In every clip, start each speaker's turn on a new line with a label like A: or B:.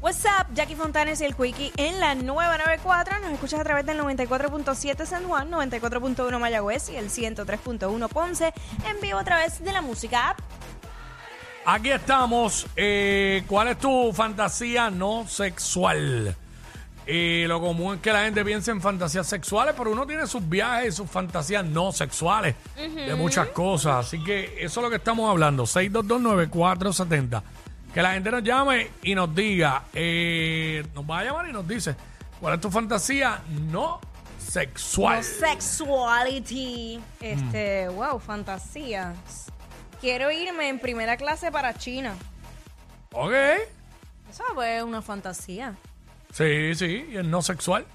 A: What's up, Jackie Fontanes y el Quickie en la 994. Nos escuchas a través del 94.7 San Juan, 94.1 Mayagüez y el 103.1 Ponce en vivo a través de la música app.
B: Aquí estamos. Eh, ¿Cuál es tu fantasía no sexual? Y lo común es que la gente piense en fantasías sexuales, pero uno tiene sus viajes y sus fantasías no sexuales de muchas cosas. Así que eso es lo que estamos hablando. 6229470. Que la gente nos llame y nos diga, eh, nos va a llamar y nos dice, ¿cuál es tu fantasía no sexual?
A: No sexuality. Este, wow, fantasías. Quiero irme en primera clase para China.
B: Ok.
A: Eso es una fantasía.
B: Sí, sí, y el no sexual.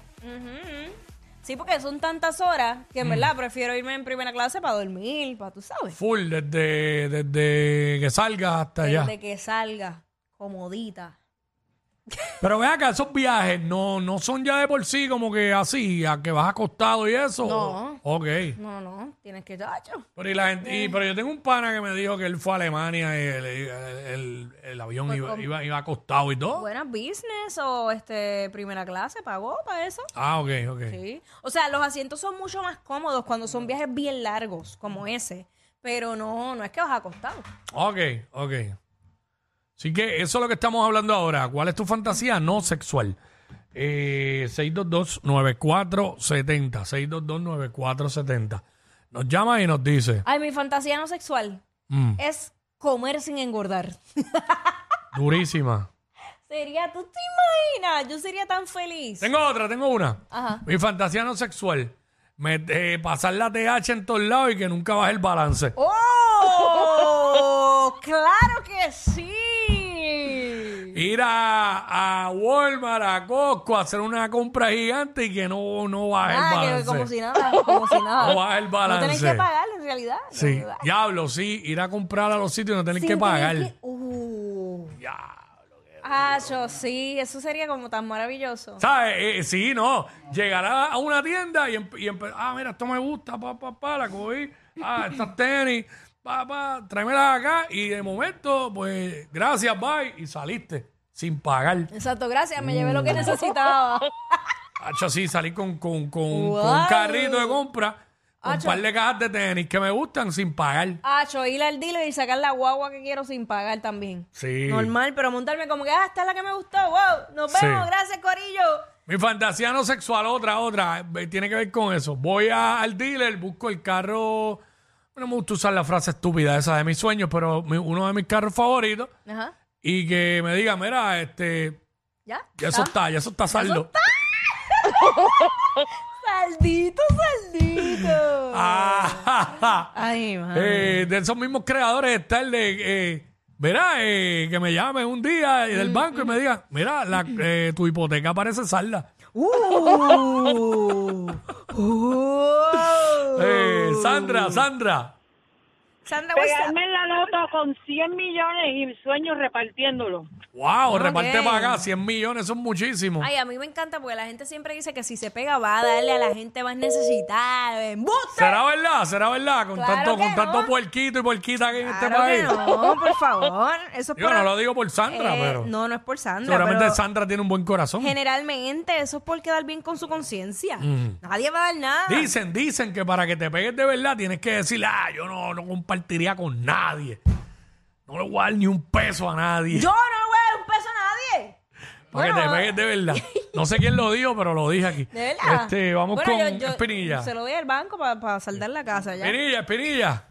A: Sí, porque son tantas horas que en verdad prefiero irme en primera clase para dormir, para tú sabes.
B: Full, desde, desde que salga hasta allá.
A: Desde que salga comodita.
B: Pero ven acá, esos viajes no, no son ya de por sí como que así, a que vas acostado y eso.
A: No.
B: Ok.
A: No, no, tienes que chacho.
B: Pero, y la gente- y- pero yo tengo un pana que me dijo que él fue a Alemania y el, el- el avión iba, iba, iba acostado y todo.
A: Buena business o este primera clase pagó para eso.
B: Ah, ok, ok.
A: Sí. O sea, los asientos son mucho más cómodos cuando son viajes bien largos, como ese. Pero no, no es que vas acostado.
B: Ok, ok. Así que eso es lo que estamos hablando ahora. ¿Cuál es tu fantasía no sexual? Eh, 622-9470. 622-9470. Nos llama y nos dice.
A: Ay, mi fantasía no sexual
B: mm,
A: es comer sin engordar.
B: durísima.
A: Sería, ¿tú te imaginas? Yo sería tan feliz.
B: Tengo otra, tengo una.
A: Ajá.
B: Mi fantasía no sexual. Me- eh, pasar la TH en todos lados y que nunca baje el balance.
A: ¡Oh! ¡Claro que sí!
B: Ir a, a Walmart, a Costco, a hacer una compra gigante y que no, no baje el
A: Ah, que
B: balance.
A: como si nada, como si nada.
B: No baja el
A: No tenés
B: balance.
A: que pagar, en realidad.
B: Sí, diablo, sí, ir a comprar a los sitios y no tener que pagar.
A: Uh.
B: Ya.
A: Ah, yo sí, eso sería como tan maravilloso.
B: ¿Sabes? Eh, sí, no. Llegar a, a una tienda y, empe- y empe- ah, mira, esto me gusta, pa, pa, pa, la cogí. Ah, estas tenis, pa, pa, tráemelas acá. Y de momento, pues, gracias, bye. Y saliste sin pagar.
A: Exacto, gracias, me llevé lo
B: Mm.
A: que necesitaba.
B: Hacho, sí, salí con, con, con,
A: Wow.
B: con un carrito de compra, con un
A: Hacho.
B: par de cajas de tenis que me gustan sin pagar.
A: Ah, yo ir al dealer y sacar la guagua que quiero sin pagar también.
B: Sí.
A: Normal, pero montarme como que, ah, esta es la que me gustó, wow, nos vemos,
B: Sí.
A: gracias, Corillo.
B: Mi fantasía no sexual, otra, otra, eh, tiene que ver con eso. Voy a- al dealer, busco el carro. No me gusta usar la frase estúpida esa de mis sueños, pero mi- uno de mis carros favoritos.
A: Ajá,
B: Y que me diga, mira, este,
A: ¿Ah? ya.
B: ya eso está, ya eso está saldo.
A: Saldito, saldito.
B: Ah,
A: Ay, madre.
B: eh, de esos mismos creadores está el de, eh, mira, eh, que me llamen un día del banco y me digan, mira, la- eh, tu hipoteca parece salda.
A: Uh. Uh.
B: Eh, Sandra, Sandra.
A: Sandra, what's up?
C: Pegarme en la nota con 100 millones y sueños repartiéndolo.
B: Wow,
A: Ok.
B: reparte para acá, 100 millones son muchísimos.
A: Ay, a mí me encanta porque la gente siempre dice que si se pega va a darle a la gente más necesitada. ¡Embuste!
B: ¿Será verdad? ¿Será verdad? Con
A: Claro
B: tanto,
A: que
B: con tanto
A: no.
B: puerquito y puerquita aquí en este
A: Claro que
B: país.
A: no, por favor. Eso es
B: Yo
A: por-
B: no lo digo por Sandra,
A: eh,
B: pero
A: No, no es por Sandra.
B: seguramente
A: pero
B: Sandra tiene un buen corazón.
A: Generalmente eso es por quedar bien con su conciencia.
B: Mm.
A: Nadie va a dar nada.
B: Dicen, dicen que para que te pegues de verdad tienes que decir, ah, yo no, no compartiría con nadie. No le voy a dar ni un peso a nadie.
A: Yo no le voy a dar un peso a nadie.
B: para que te
A: Bueno.
B: pegues de verdad. No sé quién lo dijo, pero lo dije aquí.
A: ¿De verdad?
B: Este, vamos
A: Bueno,
B: con
A: yo- yo
B: Espinilla.
A: Se lo doy al banco para saldar la casa ya.
B: Espinilla, Espinilla.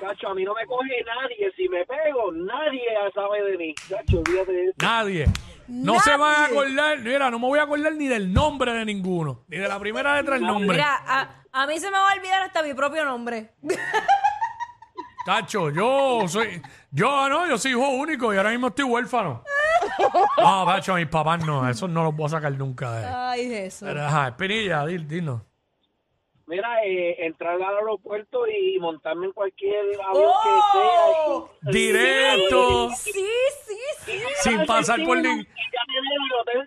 D: Cacho, a mí no me coge nadie. Si me pego, nadie sabe de mí. Cacho, olvídate de eso.
B: Nadie. No se van a acordar, mira, no me voy a acordar ni del nombre de ninguno, ni de la primera letra del nombre.
A: Mira, a, a mí se me va a olvidar hasta mi propio nombre.
B: Tacho, yo soy. Yo ah, no, yo soy hijo único y ahora mismo estoy huérfano. No, Tacho, mis papás no, esos no los voy a sacar nunca de.
A: Ay, Jesús.
B: Pero, ajá, Espinilla, di- dinos.
D: Mira, eh, entrar al aeropuerto y montarme en cualquier avión
A: ¡Oh!
D: que sea.
B: Directo,
A: Sí, sí, sí.
B: sin pasar por
D: ningún...
B: ni-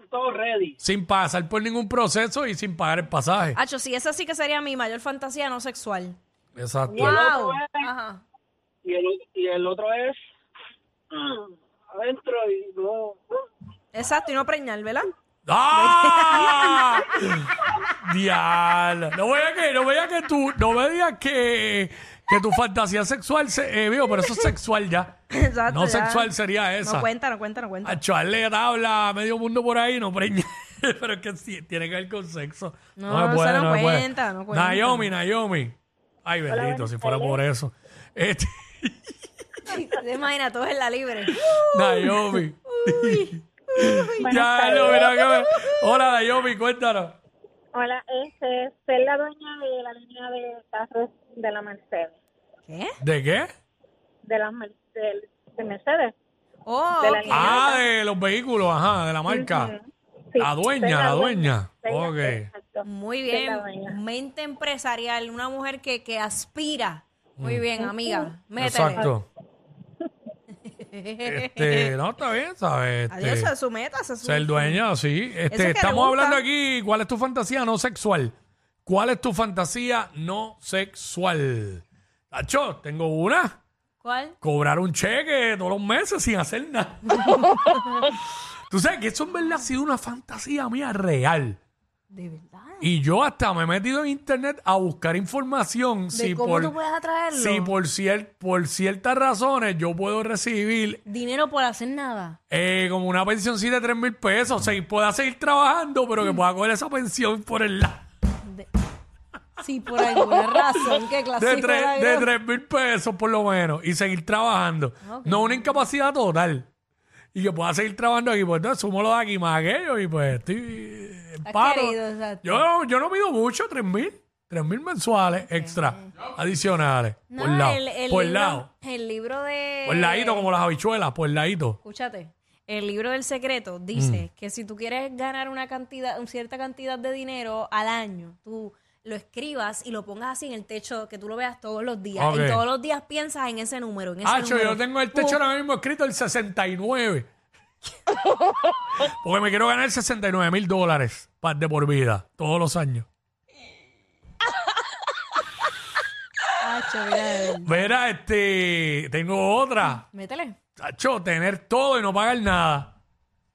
D: todo ready.
B: sin pasar por ningún proceso y sin pagar el pasaje.
A: Hacho, sí, esa sí que sería mi mayor fantasía no sexual.
B: Exacto.
A: ¡Wow!
D: otro es-
A: Ajá.
D: Y el, y el otro es... mm, Adentro y no...
A: Exacto, y no preñar, ¿verdad?
B: ¡Ah! Diablo. No veas que, no veas que tú, no me digas que, que tu fantasía sexual, se, eh, digo, pero eso es sexual ya.
A: Exacto.
B: no
A: ya.
B: sexual sería esa.
A: No cuenta, no cuenta, no cuenta.
B: A chuarle tabla a medio mundo por ahí, no preña. Pero es que sí, tiene que ver con sexo.
A: No,
B: se
A: eso no
B: se
A: cuenta, no cuenta.
B: Naomi, Naomi. Ay, bendito, si fuera por eso. Este,
A: Imagina, todos en la libre.
B: Naomi.
C: Buenas
B: Ya,
C: tardes.
B: no, mira, que me- Hola, Naomi, cuéntanos.
C: Hola, este es ser la dueña de la línea de carros de la Mercedes.
A: ¿Qué?
B: ¿De qué?
C: De las Mer- del- de Mercedes.
A: Oh,
C: De la
A: ok.
B: Ah, de los vehículos, ajá, de la marca.
C: Sí,
B: La dueña,
C: ser
B: la dueña.
C: Ser la-
B: Ok.
C: exacto.
A: Muy
C: Ser la dueña.
A: bien. Mente empresarial, una mujer que, que aspira. Muy bien, amiga. Métele.
B: Mm. Exacto. Este, no, está bien, ¿sabes? Este,
A: Adiós, esa es su meta, esa es su
B: Ser dueña, sí. Este,
A: Eso que le
B: estamos
A: gusta.
B: hablando aquí, ¿cuál es tu fantasía no sexual? ¿Cuál es tu fantasía no sexual? Tacho, tengo una.
A: ¿Cuál?
B: Cobrar un cheque todos los meses sin hacer nada. Tú sabes que eso en verdad ha sido una fantasía mía real.
A: De verdad.
B: Y yo hasta me he metido en internet a buscar información.
A: ¿De
B: si
A: cómo
B: por,
A: tú puedes atraerlo?
B: si por, cier- por ciertas razones yo puedo recibir
A: Dinero por hacer nada.
B: eh, como una pensioncita de 3 mil pesos. O sea, y pueda seguir trabajando, pero que pueda coger esa pensión por el lado.
A: De- Sí, por alguna razón. ¿Qué clase
B: De 3, de tres mil pesos por lo menos. Y seguir trabajando.
A: Ok.
B: No una incapacidad total. Y que pueda seguir trabajando aquí. Pues entonces sumo lo de aquí más aquello. Y pues estoy en paro.
A: querido, exacto.
B: yo, yo no pido mucho, 3 mil. 3 mil mensuales extra. Adicionales. por lado.
A: el, el
B: por
A: libro,
B: lado.
A: El libro de.
B: Por ladito, como las habichuelas. Por ladito.
A: Escúchate. El libro del secreto dice
B: Mm.
A: que si tú quieres ganar una cantidad, una cierta cantidad de dinero al año, tú lo escribas y lo pongas así en el techo, que tú lo veas todos los días.
B: Ok.
A: Y todos los días piensas en ese número. En ese
B: Hacho,
A: número.
B: yo tengo el techo ahora mismo escrito el 69. Porque me quiero ganar 69 mil dólares pa- de por vida, todos los años.
A: Hacho, mira, eh,
B: Verá, este, tengo otra.
A: Métele.
B: Hacho, tener todo y no pagar nada.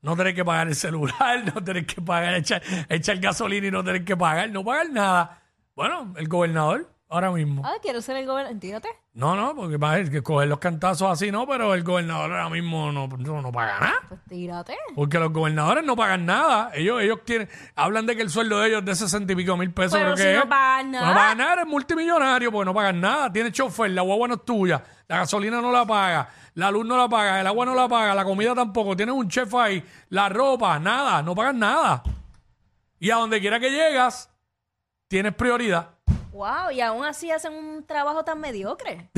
B: No tener que pagar el celular, no tener que pagar, echar, echar gasolina y no tener que pagar, no pagar nada. Bueno, el gobernador, ahora mismo.
A: Ah, quiero ser el gobernador. Tírate.
B: No, no, porque va a haber que coger los cantazos así, no, pero el gobernador ahora mismo no, no, no paga nada.
A: Pues tírate.
B: Porque los gobernadores no pagan nada. Ellos, ellos tienen, hablan de que el sueldo de ellos es de 60 y pico mil pesos.
A: Pero
B: creo
A: si
B: que
A: no
B: es.
A: pagan nada.
B: No pagan nada, eres multimillonario porque no pagan nada. Tienes chofer, la guagua no es tuya, la gasolina no la paga, la luz no la paga, el agua no la paga, la comida tampoco. Tienes un chef ahí, la ropa, nada, no pagan nada. Y a donde quiera que llegas, tienes prioridad.
A: Wow, y aún así hacen un trabajo tan mediocre.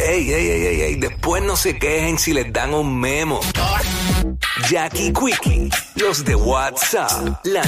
E: Ey, ey, ey, ey, ey, después no se quejen si les dan un memo. Jackie Quickie, los de WhatsApp, la